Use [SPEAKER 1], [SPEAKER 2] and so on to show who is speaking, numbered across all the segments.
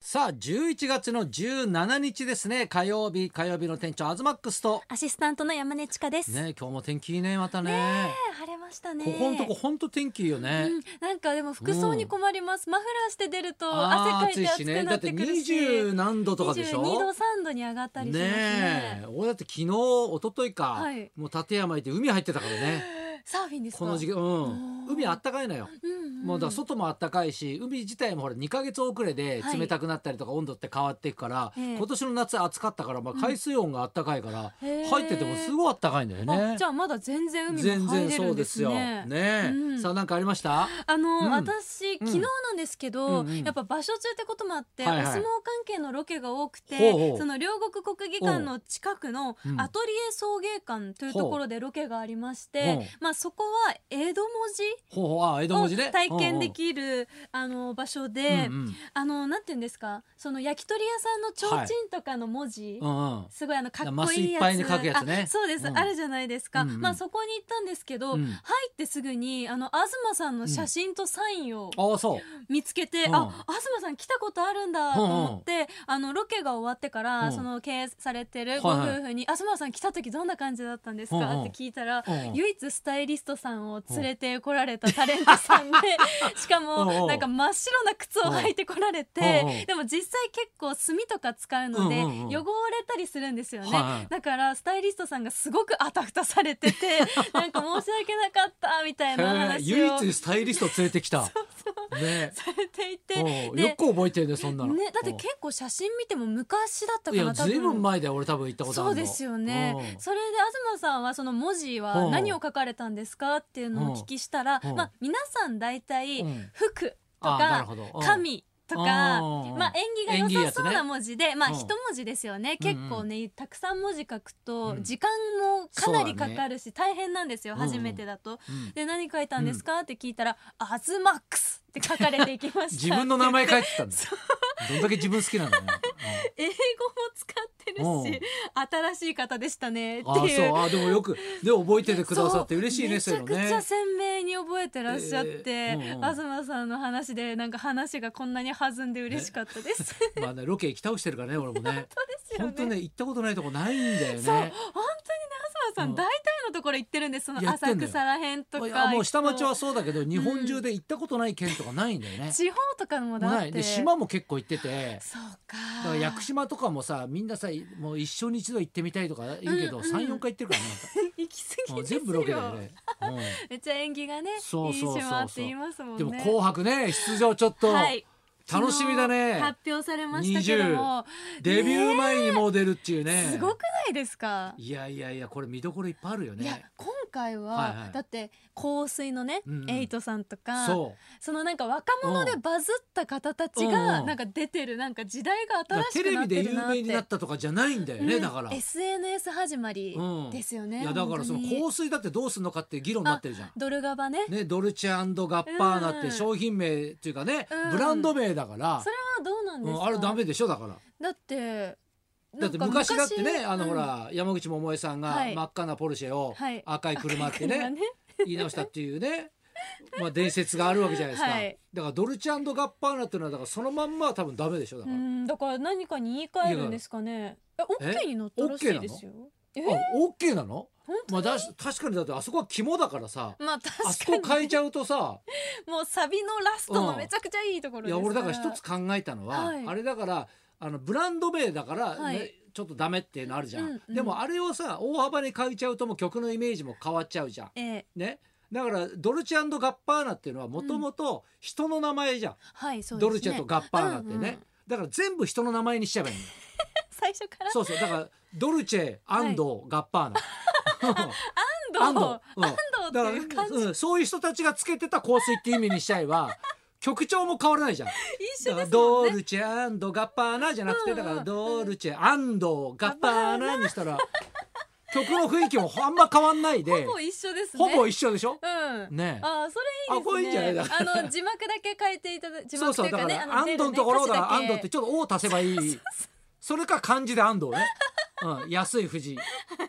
[SPEAKER 1] さあ11月の17日ですね火曜日火曜日の店長アズマックスと
[SPEAKER 2] アシスタントの山根千佳です。ね
[SPEAKER 1] ね今日も天気いいねまたね
[SPEAKER 2] え晴れましたね。
[SPEAKER 1] ここんとこ本当天気いいよね、
[SPEAKER 2] うん、なんかでも服装に困ります。マフラーして出ると
[SPEAKER 1] あー
[SPEAKER 2] 汗かいて暑く
[SPEAKER 1] だ
[SPEAKER 2] な
[SPEAKER 1] っ
[SPEAKER 2] っててくるし。
[SPEAKER 1] 20何度とかでしょ
[SPEAKER 2] 22度3度に上がったりしますね
[SPEAKER 1] ねえ俺だって昨日一昨日か、
[SPEAKER 2] はい
[SPEAKER 1] もう立山行って海入ってたからね
[SPEAKER 2] サーフィンですか
[SPEAKER 1] この時期うん
[SPEAKER 2] おー
[SPEAKER 1] 海あったかいのよ
[SPEAKER 2] うんうん
[SPEAKER 1] もうだから外もあったかいし海自体もほら2か月遅れで
[SPEAKER 2] はい
[SPEAKER 1] 冷たくなったりとか温度って変わっていくから、
[SPEAKER 2] ええ
[SPEAKER 1] 今年の夏暑かったから、まあ、
[SPEAKER 2] ん
[SPEAKER 1] 海水温があったかいから、
[SPEAKER 2] へえ
[SPEAKER 1] 入っててもすごいあったかいんだよね
[SPEAKER 2] あじ。ゃあまだ全然海
[SPEAKER 1] 全
[SPEAKER 2] も入
[SPEAKER 1] 然
[SPEAKER 2] れ
[SPEAKER 1] そ
[SPEAKER 2] る
[SPEAKER 1] うんで
[SPEAKER 2] ですす
[SPEAKER 1] よ。
[SPEAKER 2] ね
[SPEAKER 1] ね。
[SPEAKER 2] うん
[SPEAKER 1] さあなんかありました？
[SPEAKER 2] あの、
[SPEAKER 1] うん
[SPEAKER 2] 私昨日なんですけど、
[SPEAKER 1] うんうん
[SPEAKER 2] やっぱ場所中ってこともあって、
[SPEAKER 1] はいはい
[SPEAKER 2] お相撲関係のロケが多くて
[SPEAKER 1] ほうほう
[SPEAKER 2] その両国国技館の近くの
[SPEAKER 1] うん
[SPEAKER 2] アトリエ送迎館というところでロケがありまして、
[SPEAKER 1] ほう
[SPEAKER 2] まあ、そこは江戸文
[SPEAKER 1] ほうほうあ江
[SPEAKER 2] 字
[SPEAKER 1] 戸文
[SPEAKER 2] を
[SPEAKER 1] 字ね。
[SPEAKER 2] 体験できるあの場所で、
[SPEAKER 1] うんうん
[SPEAKER 2] あのなんて言うんですかその焼き鳥屋さんの提灯とかの文字、
[SPEAKER 1] うんうんうん
[SPEAKER 2] すごいあのかっこいいやつ
[SPEAKER 1] マスいっぱいに書くやつね
[SPEAKER 2] あそうです、
[SPEAKER 1] うん
[SPEAKER 2] あるじゃないですか、
[SPEAKER 1] うんうん
[SPEAKER 2] まあそこに行ったんですけど、
[SPEAKER 1] うん
[SPEAKER 2] 入ってすぐにあの東さんの写真とサインを
[SPEAKER 1] ああそう。
[SPEAKER 2] 見つけて、
[SPEAKER 1] うん
[SPEAKER 2] あ東さん来たことあるんだと思って、あのロケが終わってから、
[SPEAKER 1] うん
[SPEAKER 2] その経営されてるご
[SPEAKER 1] はい
[SPEAKER 2] 夫
[SPEAKER 1] はい
[SPEAKER 2] 婦に「東さん来た時どんな感じだったんですか
[SPEAKER 1] うんうん
[SPEAKER 2] って聞いたら、
[SPEAKER 1] うん
[SPEAKER 2] 唯一スタイリストさんを連れてこられたタレントさんで しか
[SPEAKER 1] うんう
[SPEAKER 2] も
[SPEAKER 1] ん
[SPEAKER 2] なんか真っ白な靴を履いてこられ
[SPEAKER 1] うんうん
[SPEAKER 2] てでも実際結構炭とか使うので
[SPEAKER 1] うんうんうん
[SPEAKER 2] 汚れたりするんですよね、
[SPEAKER 1] はいはい
[SPEAKER 2] だからスタイリストさんがすごくあたふたされてて なんか申し訳なかったみたいな
[SPEAKER 1] へえ
[SPEAKER 2] 話
[SPEAKER 1] 唯
[SPEAKER 2] を
[SPEAKER 1] 一スタイリスト連れてきた。 ね。
[SPEAKER 2] されていて。
[SPEAKER 1] おう
[SPEAKER 2] で
[SPEAKER 1] よく覚えてるねそんなの。
[SPEAKER 2] ね、だって
[SPEAKER 1] うん
[SPEAKER 2] 結構写真見ても昔だった
[SPEAKER 1] い
[SPEAKER 2] か
[SPEAKER 1] や
[SPEAKER 2] な多
[SPEAKER 1] ずいぶん
[SPEAKER 2] 分
[SPEAKER 1] 前だよ俺多分行ったことあ
[SPEAKER 2] そう
[SPEAKER 1] るの。
[SPEAKER 2] ですよね
[SPEAKER 1] うん
[SPEAKER 2] それで東さんはその文字
[SPEAKER 1] う
[SPEAKER 2] は
[SPEAKER 1] ん
[SPEAKER 2] 何を書かれたんですかっていうのをお聞きしたら、
[SPEAKER 1] うん
[SPEAKER 2] まあ、皆さん大体
[SPEAKER 1] うん
[SPEAKER 2] 服と
[SPEAKER 1] あなる
[SPEAKER 2] か
[SPEAKER 1] ほどうん
[SPEAKER 2] 神とか、
[SPEAKER 1] うんうんうん
[SPEAKER 2] まあ、縁起が良さそう
[SPEAKER 1] 縁起いいやつね
[SPEAKER 2] な文字で、まあ
[SPEAKER 1] うん
[SPEAKER 2] 一文字ですよね、
[SPEAKER 1] うんうん
[SPEAKER 2] 結構ねたくさん文字書く
[SPEAKER 1] う
[SPEAKER 2] と
[SPEAKER 1] ん
[SPEAKER 2] 時間もかなり
[SPEAKER 1] そうだ
[SPEAKER 2] か
[SPEAKER 1] ね
[SPEAKER 2] かるし大変なんですよ、
[SPEAKER 1] うんうん
[SPEAKER 2] 初めてだと。
[SPEAKER 1] うん
[SPEAKER 2] で何書いたんですか、って聞いたら「アズマックス」って書かれていきま した
[SPEAKER 1] 自分の名前書いてたんだ よ。どんだけ自分好きなのね。うん
[SPEAKER 2] 英語も使ってるし新しい方でしたねって
[SPEAKER 1] ああ
[SPEAKER 2] い
[SPEAKER 1] そう
[SPEAKER 2] う。
[SPEAKER 1] あでもよくで覚えててくださって嬉しいね
[SPEAKER 2] そうめちゃくちゃ鮮明に覚えてらっしゃって、
[SPEAKER 1] えーうんうん
[SPEAKER 2] 東さんの話でなんか話がこんなに弾んで嬉しかったです。そう
[SPEAKER 1] まあねロケ行き倒してるからね俺 もね
[SPEAKER 2] ですよ
[SPEAKER 1] 本
[SPEAKER 2] ね
[SPEAKER 1] 当ね行ったことないとこないんだよ
[SPEAKER 2] そう本当
[SPEAKER 1] ね
[SPEAKER 2] にね東さ
[SPEAKER 1] うん
[SPEAKER 2] ん大体のところ行ってるんですその
[SPEAKER 1] やって
[SPEAKER 2] 浅
[SPEAKER 1] んだよ
[SPEAKER 2] 草らへんと
[SPEAKER 1] まあい
[SPEAKER 2] か
[SPEAKER 1] やもう下町はそうだけど日
[SPEAKER 2] う
[SPEAKER 1] 本
[SPEAKER 2] ん
[SPEAKER 1] 中で行ったことない県とかないんだよね、
[SPEAKER 2] 地方とかもだって
[SPEAKER 1] ないで島も結構行ってて
[SPEAKER 2] そうか
[SPEAKER 1] だから屋久島とかもさみんなさもう一生に一度行ってみたいとか言うけど、
[SPEAKER 2] うんうん
[SPEAKER 1] 三四34回行ってるからね
[SPEAKER 2] 行き過
[SPEAKER 1] う
[SPEAKER 2] ぎ
[SPEAKER 1] ん
[SPEAKER 2] ですよ
[SPEAKER 1] 全部ロケだよ ね、
[SPEAKER 2] めっちゃ縁起がね
[SPEAKER 1] そうそうそうそう
[SPEAKER 2] いい島って言います
[SPEAKER 1] う
[SPEAKER 2] も
[SPEAKER 1] ん
[SPEAKER 2] ん
[SPEAKER 1] で
[SPEAKER 2] ね
[SPEAKER 1] も「紅白ね」出場ちょっと
[SPEAKER 2] はい
[SPEAKER 1] 楽しみだね、
[SPEAKER 2] 昨日発表されましたけども
[SPEAKER 1] デビュー前にもう出るっていうね
[SPEAKER 2] すごくないですか、
[SPEAKER 1] いやいやいやこれ見どころいっぱいあるよ
[SPEAKER 2] いや
[SPEAKER 1] ね
[SPEAKER 2] 今回は、
[SPEAKER 1] はいはい
[SPEAKER 2] だって香水のね、
[SPEAKER 1] うんうん
[SPEAKER 2] エイトさんとかそ
[SPEAKER 1] そう
[SPEAKER 2] のなんか若者でバズった方たち
[SPEAKER 1] うんう
[SPEAKER 2] が
[SPEAKER 1] ん
[SPEAKER 2] なんか出てるなんか時代が
[SPEAKER 1] だから
[SPEAKER 2] 新
[SPEAKER 1] テ
[SPEAKER 2] しく
[SPEAKER 1] レ
[SPEAKER 2] なっ
[SPEAKER 1] ビで
[SPEAKER 2] てる
[SPEAKER 1] 有
[SPEAKER 2] なっ
[SPEAKER 1] 名にな
[SPEAKER 2] て
[SPEAKER 1] っ。たとかじゃないんだよね、だから、
[SPEAKER 2] うん SNS 始まり
[SPEAKER 1] うん
[SPEAKER 2] ですよね、
[SPEAKER 1] いやだからその
[SPEAKER 2] 本当に
[SPEAKER 1] 香水だってどうすんのかっていう議論になってるじゃん
[SPEAKER 2] ドルガバね
[SPEAKER 1] ね、ドルチェガッパーナって商品名っていうかね、
[SPEAKER 2] うん
[SPEAKER 1] ブランド名だから
[SPEAKER 2] そ、れはどうなん
[SPEAKER 1] う
[SPEAKER 2] です
[SPEAKER 1] ん
[SPEAKER 2] か、
[SPEAKER 1] あれダメでしょだから
[SPEAKER 2] だって
[SPEAKER 1] だ
[SPEAKER 2] な
[SPEAKER 1] っ
[SPEAKER 2] ん
[SPEAKER 1] て
[SPEAKER 2] か
[SPEAKER 1] 昔だってねあの
[SPEAKER 2] うん
[SPEAKER 1] ほら、山口百恵さんが
[SPEAKER 2] はい
[SPEAKER 1] 真っ赤なポルシェを
[SPEAKER 2] はい
[SPEAKER 1] 赤い車ってね,、
[SPEAKER 2] 赤い車
[SPEAKER 1] 言い直したっていうねまあ伝説があるわけじゃないですか、
[SPEAKER 2] はい
[SPEAKER 1] だからドルチェガッパーナっていうのはだからそのまんまは多分ダメでしょだ
[SPEAKER 2] う
[SPEAKER 1] から、
[SPEAKER 2] んだから何かに言い換えるんですかねえオッケーになったらしいですよえ
[SPEAKER 1] あオッケーなの
[SPEAKER 2] 本
[SPEAKER 1] まあ、だし確かにだってあそこは肝だからさ
[SPEAKER 2] まあ
[SPEAKER 1] あそ
[SPEAKER 2] 確
[SPEAKER 1] こ
[SPEAKER 2] か
[SPEAKER 1] 変えちゃうとさ
[SPEAKER 2] にもうサビのラストの
[SPEAKER 1] うん
[SPEAKER 2] めちゃくちゃいいところ
[SPEAKER 1] い
[SPEAKER 2] です
[SPEAKER 1] や
[SPEAKER 2] から
[SPEAKER 1] 俺だから一つ考えたのは、
[SPEAKER 2] はい
[SPEAKER 1] あれだからあのブランド名だから、ね
[SPEAKER 2] はい
[SPEAKER 1] ちょっとダメっていうのあるじゃん、
[SPEAKER 2] うんうん
[SPEAKER 1] でもあれをさ大幅に変えちゃうともう曲のイメージも変わっちゃうじゃん。
[SPEAKER 2] ええ
[SPEAKER 1] ねだからドルチェガッパーナっていうのはもともと人の名前じゃん、
[SPEAKER 2] はいそうです
[SPEAKER 1] ド
[SPEAKER 2] ね
[SPEAKER 1] ルチェとガッパーナってね、
[SPEAKER 2] うんうん
[SPEAKER 1] だから全部人の名前にしちゃえばいいの よ
[SPEAKER 2] 最初から
[SPEAKER 1] そうそうだからドルチェガッパーナ、 うんだから、
[SPEAKER 2] 安藤安藤っていう感じ
[SPEAKER 1] うん、そういう人たちがつけてた香水って意味にしちゃえば曲調も変わらないじゃん。
[SPEAKER 2] 一緒
[SPEAKER 1] だから
[SPEAKER 2] です
[SPEAKER 1] ド
[SPEAKER 2] もんね
[SPEAKER 1] ルチェガッパーナじゃなくて、
[SPEAKER 2] うんう
[SPEAKER 1] だ
[SPEAKER 2] ん
[SPEAKER 1] からドルチェガッパーナにしたら曲の雰囲気もあんま変わんないで
[SPEAKER 2] ほぼ一緒ですね
[SPEAKER 1] ほぼ一緒でしょ
[SPEAKER 2] うん
[SPEAKER 1] ねえ
[SPEAKER 2] あ
[SPEAKER 1] あ
[SPEAKER 2] ー
[SPEAKER 1] こ
[SPEAKER 2] そ
[SPEAKER 1] れ
[SPEAKER 2] れ
[SPEAKER 1] い
[SPEAKER 2] い
[SPEAKER 1] い
[SPEAKER 2] い
[SPEAKER 1] ん
[SPEAKER 2] で
[SPEAKER 1] じ
[SPEAKER 2] す
[SPEAKER 1] ゃないだか
[SPEAKER 2] ね
[SPEAKER 1] ら
[SPEAKER 2] あの字幕だけ変えていただ字
[SPEAKER 1] そう
[SPEAKER 2] 幕と
[SPEAKER 1] そ
[SPEAKER 2] いうう
[SPEAKER 1] だ
[SPEAKER 2] か
[SPEAKER 1] か
[SPEAKER 2] ね
[SPEAKER 1] ら安藤の
[SPEAKER 2] 出るね
[SPEAKER 1] ところだから
[SPEAKER 2] 歌詞
[SPEAKER 1] 安
[SPEAKER 2] け
[SPEAKER 1] 藤ってちょっと「お」足せばいいそれか漢字で安藤ね、うん、安い富士、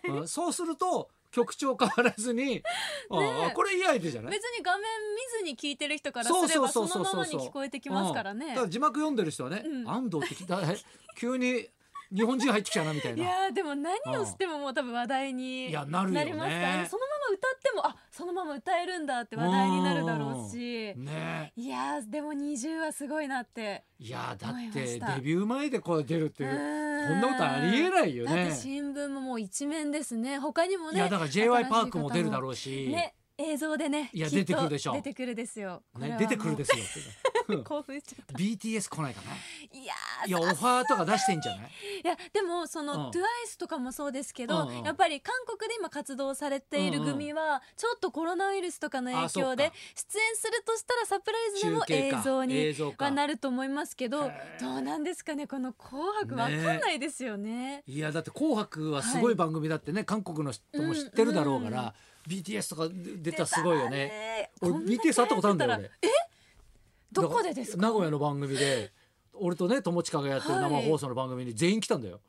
[SPEAKER 1] うん、そうすると曲調変わらずに、ああこれいいアイデアじゃない
[SPEAKER 2] 別に画面見ずに聞いてる人からすれば
[SPEAKER 1] そ
[SPEAKER 2] そう
[SPEAKER 1] そうそうそう
[SPEAKER 2] のままに聞こえてきますから
[SPEAKER 1] うん
[SPEAKER 2] ね
[SPEAKER 1] ただ字幕読んでる人はね、
[SPEAKER 2] うん
[SPEAKER 1] 安藤って聞いたえ急に日本人入ってきたなみたい
[SPEAKER 2] い
[SPEAKER 1] な。
[SPEAKER 2] やーでも何をしてももう多分話題
[SPEAKER 1] い
[SPEAKER 2] に
[SPEAKER 1] やなるよね
[SPEAKER 2] なりますからねそのまま歌ってもあそのまま歌えるんだって話題になるだろうし
[SPEAKER 1] ね
[SPEAKER 2] いやーでも20はすごいなって
[SPEAKER 1] え、いやだ
[SPEAKER 2] 思い
[SPEAKER 1] っ
[SPEAKER 2] ま
[SPEAKER 1] てデ
[SPEAKER 2] した
[SPEAKER 1] ビュー前でこれ出るって
[SPEAKER 2] こ
[SPEAKER 1] いう、こんなことありえないよ
[SPEAKER 2] だって
[SPEAKER 1] ね。
[SPEAKER 2] 新聞ももう一面ですね他にも
[SPEAKER 1] い
[SPEAKER 2] ね
[SPEAKER 1] やだから J.Y. パークも出るだろう
[SPEAKER 2] う
[SPEAKER 1] し、
[SPEAKER 2] ね映像でね
[SPEAKER 1] いや
[SPEAKER 2] きっと
[SPEAKER 1] 出てくるでしょう
[SPEAKER 2] 出てくるですよこれ
[SPEAKER 1] ね
[SPEAKER 2] は
[SPEAKER 1] 出てくる
[SPEAKER 2] もう
[SPEAKER 1] ですよっていうね。
[SPEAKER 2] 興奮しちゃっ
[SPEAKER 1] BTS 来ないかな。
[SPEAKER 2] たいやー
[SPEAKER 1] いやオファーとか出してんじゃない。
[SPEAKER 2] いやでもそ
[SPEAKER 1] うん
[SPEAKER 2] の TWICE とかもそうですけど、
[SPEAKER 1] うんうん
[SPEAKER 2] やっぱり韓国で今活動されている組はちょっとコロナウイルスとかの影響で
[SPEAKER 1] あそ
[SPEAKER 2] 出演するとしたらサプライズでも映像に
[SPEAKER 1] 映像
[SPEAKER 2] は
[SPEAKER 1] か。
[SPEAKER 2] なると思いますけど
[SPEAKER 1] へー
[SPEAKER 2] どうなんですかねこの「紅白」わかんないですよね。
[SPEAKER 1] いやだって紅白はすごい番組だってね、韓国の人も知ってるだろうから、
[SPEAKER 2] うん
[SPEAKER 1] BTS とか出たらすごいよね。
[SPEAKER 2] 出た
[SPEAKER 1] 俺
[SPEAKER 2] わね。
[SPEAKER 1] BTS 会ったことあるんだよ
[SPEAKER 2] こんな
[SPEAKER 1] 俺
[SPEAKER 2] 出たらえどこでですか
[SPEAKER 1] 名古屋の番組で俺とね友近がやってる生放送の番組に全員来たんだよ、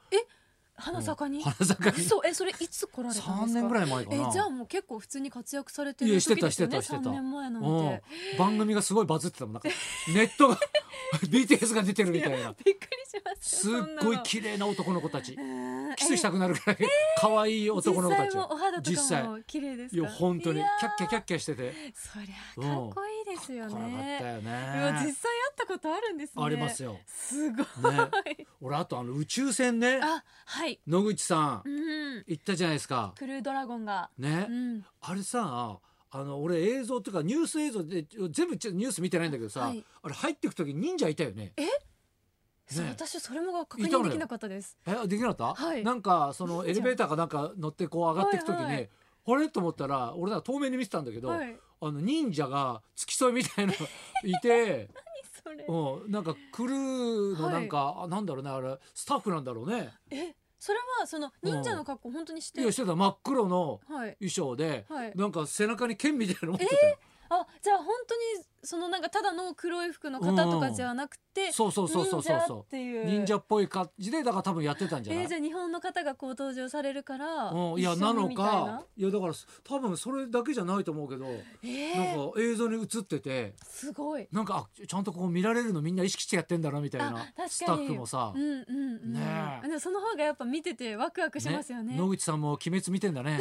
[SPEAKER 2] 花坂に
[SPEAKER 1] 花坂に
[SPEAKER 2] そうえそれいつ来られたん
[SPEAKER 1] 3
[SPEAKER 2] ですか
[SPEAKER 1] 年ぐらい前かな
[SPEAKER 2] えじゃあもう結構普通に活躍されてる
[SPEAKER 1] い
[SPEAKER 2] 時
[SPEAKER 1] や
[SPEAKER 2] で
[SPEAKER 1] し
[SPEAKER 2] す
[SPEAKER 1] て
[SPEAKER 2] よ
[SPEAKER 1] た
[SPEAKER 2] ね
[SPEAKER 1] してたしてた
[SPEAKER 2] 3年前なん
[SPEAKER 1] う
[SPEAKER 2] て
[SPEAKER 1] ん、番組がすごいバズってたもんなんかネットが BTS が出てるみたいな
[SPEAKER 2] びっくりしました
[SPEAKER 1] すっ
[SPEAKER 2] よそんな
[SPEAKER 1] ごい
[SPEAKER 2] の
[SPEAKER 1] 綺麗な男の子たち
[SPEAKER 2] うん
[SPEAKER 1] キスした
[SPEAKER 2] え
[SPEAKER 1] くなるぐらい可愛い男の子たち
[SPEAKER 2] 実際もお肌と
[SPEAKER 1] 実際
[SPEAKER 2] かも綺麗です
[SPEAKER 1] い
[SPEAKER 2] か
[SPEAKER 1] や本当に
[SPEAKER 2] いやー
[SPEAKER 1] キャッキャキャッキャしてて
[SPEAKER 2] そりゃかっこいいですよ
[SPEAKER 1] かっこよかった
[SPEAKER 2] ね
[SPEAKER 1] よ
[SPEAKER 2] いや実際会
[SPEAKER 1] ね
[SPEAKER 2] ったことあるんですね
[SPEAKER 1] あります よ
[SPEAKER 2] すごい
[SPEAKER 1] ね俺あとあの宇宙船ね
[SPEAKER 2] あはい
[SPEAKER 1] 野口さん
[SPEAKER 2] うん
[SPEAKER 1] 行ったじゃないですか
[SPEAKER 2] クルードラゴンが
[SPEAKER 1] ね、
[SPEAKER 2] うん
[SPEAKER 1] あれさあの俺映像っていうかニュース映像で全部ちょニュース見てないんだけどさ、
[SPEAKER 2] はい
[SPEAKER 1] あれ入ってく時に忍者いたよね。え
[SPEAKER 2] そう
[SPEAKER 1] ね
[SPEAKER 2] 私それも確
[SPEAKER 1] いたのよ
[SPEAKER 2] 認できなかったです
[SPEAKER 1] できなかった、
[SPEAKER 2] はい
[SPEAKER 1] なんかその
[SPEAKER 2] 忍者
[SPEAKER 1] エレベーターかなんか乗ってこう上がっていく時に、
[SPEAKER 2] はいはい
[SPEAKER 1] あれと思ったら俺なんか遠目に見てたんだけど、
[SPEAKER 2] はい
[SPEAKER 1] あの忍者が付き添いみたいなの いて、
[SPEAKER 2] それ
[SPEAKER 1] うん、なんかクルーのなんか、あなんだろうねあれスタッフなんだろうね。
[SPEAKER 2] えそれはその忍者の格好本当にして
[SPEAKER 1] いやしてた真っ黒の
[SPEAKER 2] はい
[SPEAKER 1] 衣装で、
[SPEAKER 2] はい
[SPEAKER 1] なんか背中に剣みたいなの持ってたよ。
[SPEAKER 2] あじゃあ本当にそのなんかただの黒い服の方とかじゃなくて
[SPEAKER 1] そうそうそうそうそう
[SPEAKER 2] 忍
[SPEAKER 1] そ
[SPEAKER 2] 者
[SPEAKER 1] う
[SPEAKER 2] っ。ていう
[SPEAKER 1] 忍者っぽい感じでだから多分やってたんじゃない、
[SPEAKER 2] えーじゃあ日本の方がこう登場されるから、
[SPEAKER 1] うん、いや
[SPEAKER 2] 一
[SPEAKER 1] な
[SPEAKER 2] 緒
[SPEAKER 1] の
[SPEAKER 2] にみたいな
[SPEAKER 1] かいやだから多分それだけじゃないと思うけど、
[SPEAKER 2] えー
[SPEAKER 1] なんか映像に映ってて
[SPEAKER 2] すごい
[SPEAKER 1] なんかあちゃんとこう見られるのみんな意識してやってんだなみたい
[SPEAKER 2] あ
[SPEAKER 1] な
[SPEAKER 2] 確かに
[SPEAKER 1] スタッフもさ
[SPEAKER 2] うん、うんうん、
[SPEAKER 1] ねえ
[SPEAKER 2] でもその方がやっぱ見ててワクワクしますよね
[SPEAKER 1] 野口さんも「鬼滅」見てんだ ね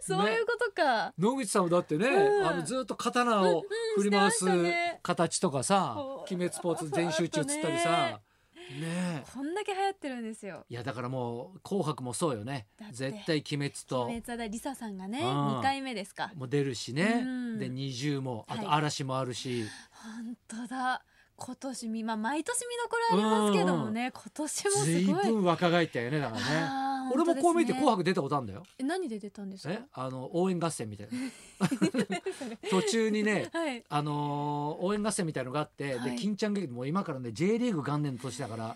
[SPEAKER 2] そういうことか、
[SPEAKER 1] 野口さんもだってね、
[SPEAKER 2] うん
[SPEAKER 1] あのずっと刀を振り回す
[SPEAKER 2] してましたね
[SPEAKER 1] 形とかさ
[SPEAKER 2] こ
[SPEAKER 1] 「
[SPEAKER 2] う
[SPEAKER 1] 鬼滅」ポーズ全集中映ったりさねえ
[SPEAKER 2] こんだけ流行ってるんですよ
[SPEAKER 1] いやだからもう「紅白」もそうよね
[SPEAKER 2] だって
[SPEAKER 1] 絶対「鬼滅」と
[SPEAKER 2] メイツアダリサさんがね
[SPEAKER 1] うん
[SPEAKER 2] 二回目ですか
[SPEAKER 1] も出るしね、
[SPEAKER 2] うん
[SPEAKER 1] で20もあと
[SPEAKER 2] はい
[SPEAKER 1] 嵐もあるし、
[SPEAKER 2] 本当だ今年見まあ毎年見どころありますけどもね、今年も
[SPEAKER 1] ずい
[SPEAKER 2] すごい
[SPEAKER 1] ぶん若返ったよねだからね
[SPEAKER 2] あー
[SPEAKER 1] 俺もこう見て「紅
[SPEAKER 2] 本
[SPEAKER 1] 白」出たことあるんだよ。
[SPEAKER 2] 当ですねえ何で出たんですか
[SPEAKER 1] えあの応援合戦みたいな 途中にね
[SPEAKER 2] はい
[SPEAKER 1] あのー応援合戦みたいのがあって、
[SPEAKER 2] は
[SPEAKER 1] で
[SPEAKER 2] い
[SPEAKER 1] 金ちゃん劇もう今からね J リーグ元年の年だからも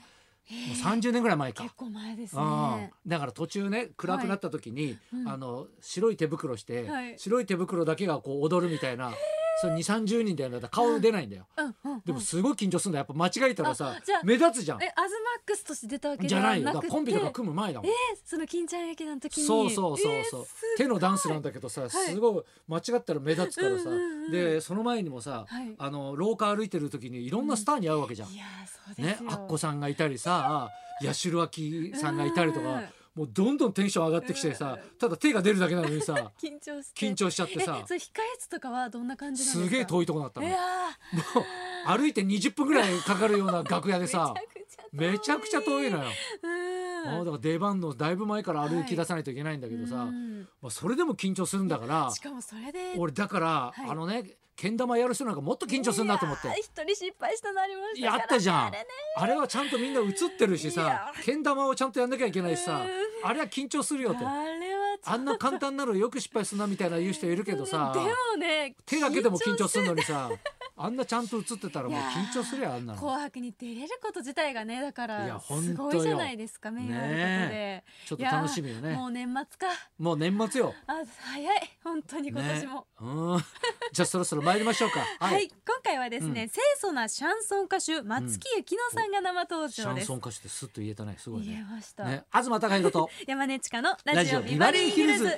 [SPEAKER 1] う30年ぐらい前か
[SPEAKER 2] 結、構前です
[SPEAKER 1] うん
[SPEAKER 2] ね、
[SPEAKER 1] だから途中ね暗くなった時に、
[SPEAKER 2] うん
[SPEAKER 1] あの白い手袋して、
[SPEAKER 2] はい
[SPEAKER 1] 白い手袋だけがこう踊るみたいな、それ2 3 0人だよだから顔出ないんだよ、
[SPEAKER 2] うんうんうん
[SPEAKER 1] でもすごい緊張するんだやっぱ間違えたらさ
[SPEAKER 2] あじゃあ
[SPEAKER 1] 目立つじゃん
[SPEAKER 2] えアズマックスとして出たわけ
[SPEAKER 1] じ
[SPEAKER 2] で
[SPEAKER 1] ゃ
[SPEAKER 2] は
[SPEAKER 1] ないよだか
[SPEAKER 2] なく
[SPEAKER 1] ら
[SPEAKER 2] て
[SPEAKER 1] コンビとか組む前だもん
[SPEAKER 2] えその金ちゃん劇の時に
[SPEAKER 1] そうそうそうそう、
[SPEAKER 2] えーす
[SPEAKER 1] 手のダンスなんだけどさすごい間違ったら目立つからさ、
[SPEAKER 2] うんうんうん
[SPEAKER 1] でその前にもさ、
[SPEAKER 2] はい
[SPEAKER 1] あの廊下歩いてる時にいろんなスターに会うわけじゃん、
[SPEAKER 2] いやーそうで
[SPEAKER 1] ね
[SPEAKER 2] すよ
[SPEAKER 1] アッコさんがいたり さ八代亜紀さんがいたりとか、
[SPEAKER 2] うん
[SPEAKER 1] もうどんどんテンション上がってきてさ、ただ手が出るだけなのに さ
[SPEAKER 2] 緊張して
[SPEAKER 1] 緊張しちゃってさ
[SPEAKER 2] えそれ控室とかはどんな感じなんですすか
[SPEAKER 1] げえ遠いとこだった
[SPEAKER 2] い
[SPEAKER 1] の、
[SPEAKER 2] や
[SPEAKER 1] もう歩いて20分ぐらいかかるような楽屋
[SPEAKER 2] ー
[SPEAKER 1] でさ めちゃくちゃ遠いのよ、
[SPEAKER 2] うん
[SPEAKER 1] あーだから出番のだいぶ前から歩き出さないといけないんだけどさ、
[SPEAKER 2] うん
[SPEAKER 1] まあ、それでも緊張するんだから
[SPEAKER 2] しかもそれで
[SPEAKER 1] 俺だから、
[SPEAKER 2] はい
[SPEAKER 1] あのねけん玉やる人なんかもっと緊張するなと思って
[SPEAKER 2] いやー一人失敗したのありました
[SPEAKER 1] や
[SPEAKER 2] から
[SPEAKER 1] ったじゃんあ
[SPEAKER 2] あ
[SPEAKER 1] れ,、
[SPEAKER 2] れね
[SPEAKER 1] はちゃんとみんな映ってるし
[SPEAKER 2] い
[SPEAKER 1] さ
[SPEAKER 2] や
[SPEAKER 1] けん玉をちゃんとやんなきゃいけないしさ
[SPEAKER 2] う
[SPEAKER 1] あれは緊張するよと
[SPEAKER 2] あれはちょっ
[SPEAKER 1] あんな簡単なのよく失敗するなみたいな言う人いるけどさ
[SPEAKER 2] とでもね
[SPEAKER 1] 手だけでも緊張するのにさあんなちゃんと映ってたらもう緊張するよあんなの
[SPEAKER 2] 紅白に出れること自体がねだか
[SPEAKER 1] いや
[SPEAKER 2] ら
[SPEAKER 1] 本当
[SPEAKER 2] す
[SPEAKER 1] よ
[SPEAKER 2] ごいじゃないですか目があることで、
[SPEAKER 1] ねちょっと楽しみよ
[SPEAKER 2] いや
[SPEAKER 1] ね
[SPEAKER 2] ーもう年末か
[SPEAKER 1] もう年末よ
[SPEAKER 2] あ早い本当に今年も、
[SPEAKER 1] うんじゃあそろそろ参りましょうか
[SPEAKER 2] はい、今回はですね、
[SPEAKER 1] うん
[SPEAKER 2] 清楚なシャンソン歌手松木由紀乃さんが生登
[SPEAKER 1] シャ
[SPEAKER 2] 場
[SPEAKER 1] ン
[SPEAKER 2] です
[SPEAKER 1] ソン歌手ってスッと言えたねすごい
[SPEAKER 2] 言え
[SPEAKER 1] ね
[SPEAKER 2] ました、
[SPEAKER 1] ね東隆弘 と
[SPEAKER 2] 山根千佳の
[SPEAKER 1] ラ
[SPEAKER 2] ラ
[SPEAKER 1] ジ
[SPEAKER 2] ジ
[SPEAKER 1] オ
[SPEAKER 2] オ
[SPEAKER 1] ビ
[SPEAKER 2] ビ
[SPEAKER 1] バ
[SPEAKER 2] バ
[SPEAKER 1] リ
[SPEAKER 2] リ
[SPEAKER 1] ー
[SPEAKER 2] ー
[SPEAKER 1] ヒ
[SPEAKER 2] ヒ
[SPEAKER 1] ル
[SPEAKER 2] ル
[SPEAKER 1] ズ
[SPEAKER 2] ズ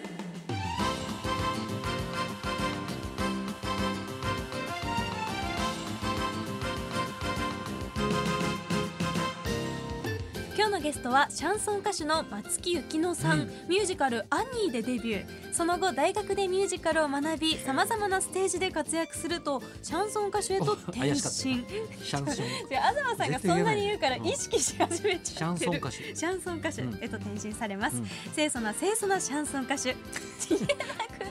[SPEAKER 2] 今日のゲストはシャンソン歌手の松木由紀乃さん、
[SPEAKER 1] うん
[SPEAKER 2] ミュージカル「アニー」でデビューその後大学でミュージカルを学びさまざまなステージで活躍するとシャンソン歌手へと転
[SPEAKER 1] お怪
[SPEAKER 2] 身
[SPEAKER 1] しかったシャンソン
[SPEAKER 2] で東さんがそんなに言うから意識し始め
[SPEAKER 1] シ
[SPEAKER 2] ち
[SPEAKER 1] ャ
[SPEAKER 2] ゃっ
[SPEAKER 1] ン
[SPEAKER 2] て
[SPEAKER 1] ソン
[SPEAKER 2] る
[SPEAKER 1] 歌手
[SPEAKER 2] シャンソン歌手
[SPEAKER 1] うん
[SPEAKER 2] へと転身されます、
[SPEAKER 1] うん
[SPEAKER 2] 清楚な清楚なシャンソン歌手 言えな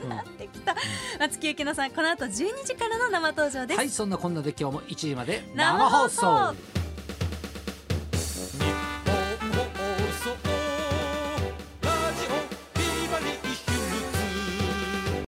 [SPEAKER 2] くなってきた、松木由紀乃さんこの後12時からの生登場です、
[SPEAKER 1] はいそんなこんなで今日も1時まで
[SPEAKER 2] 生放送
[SPEAKER 1] 生放送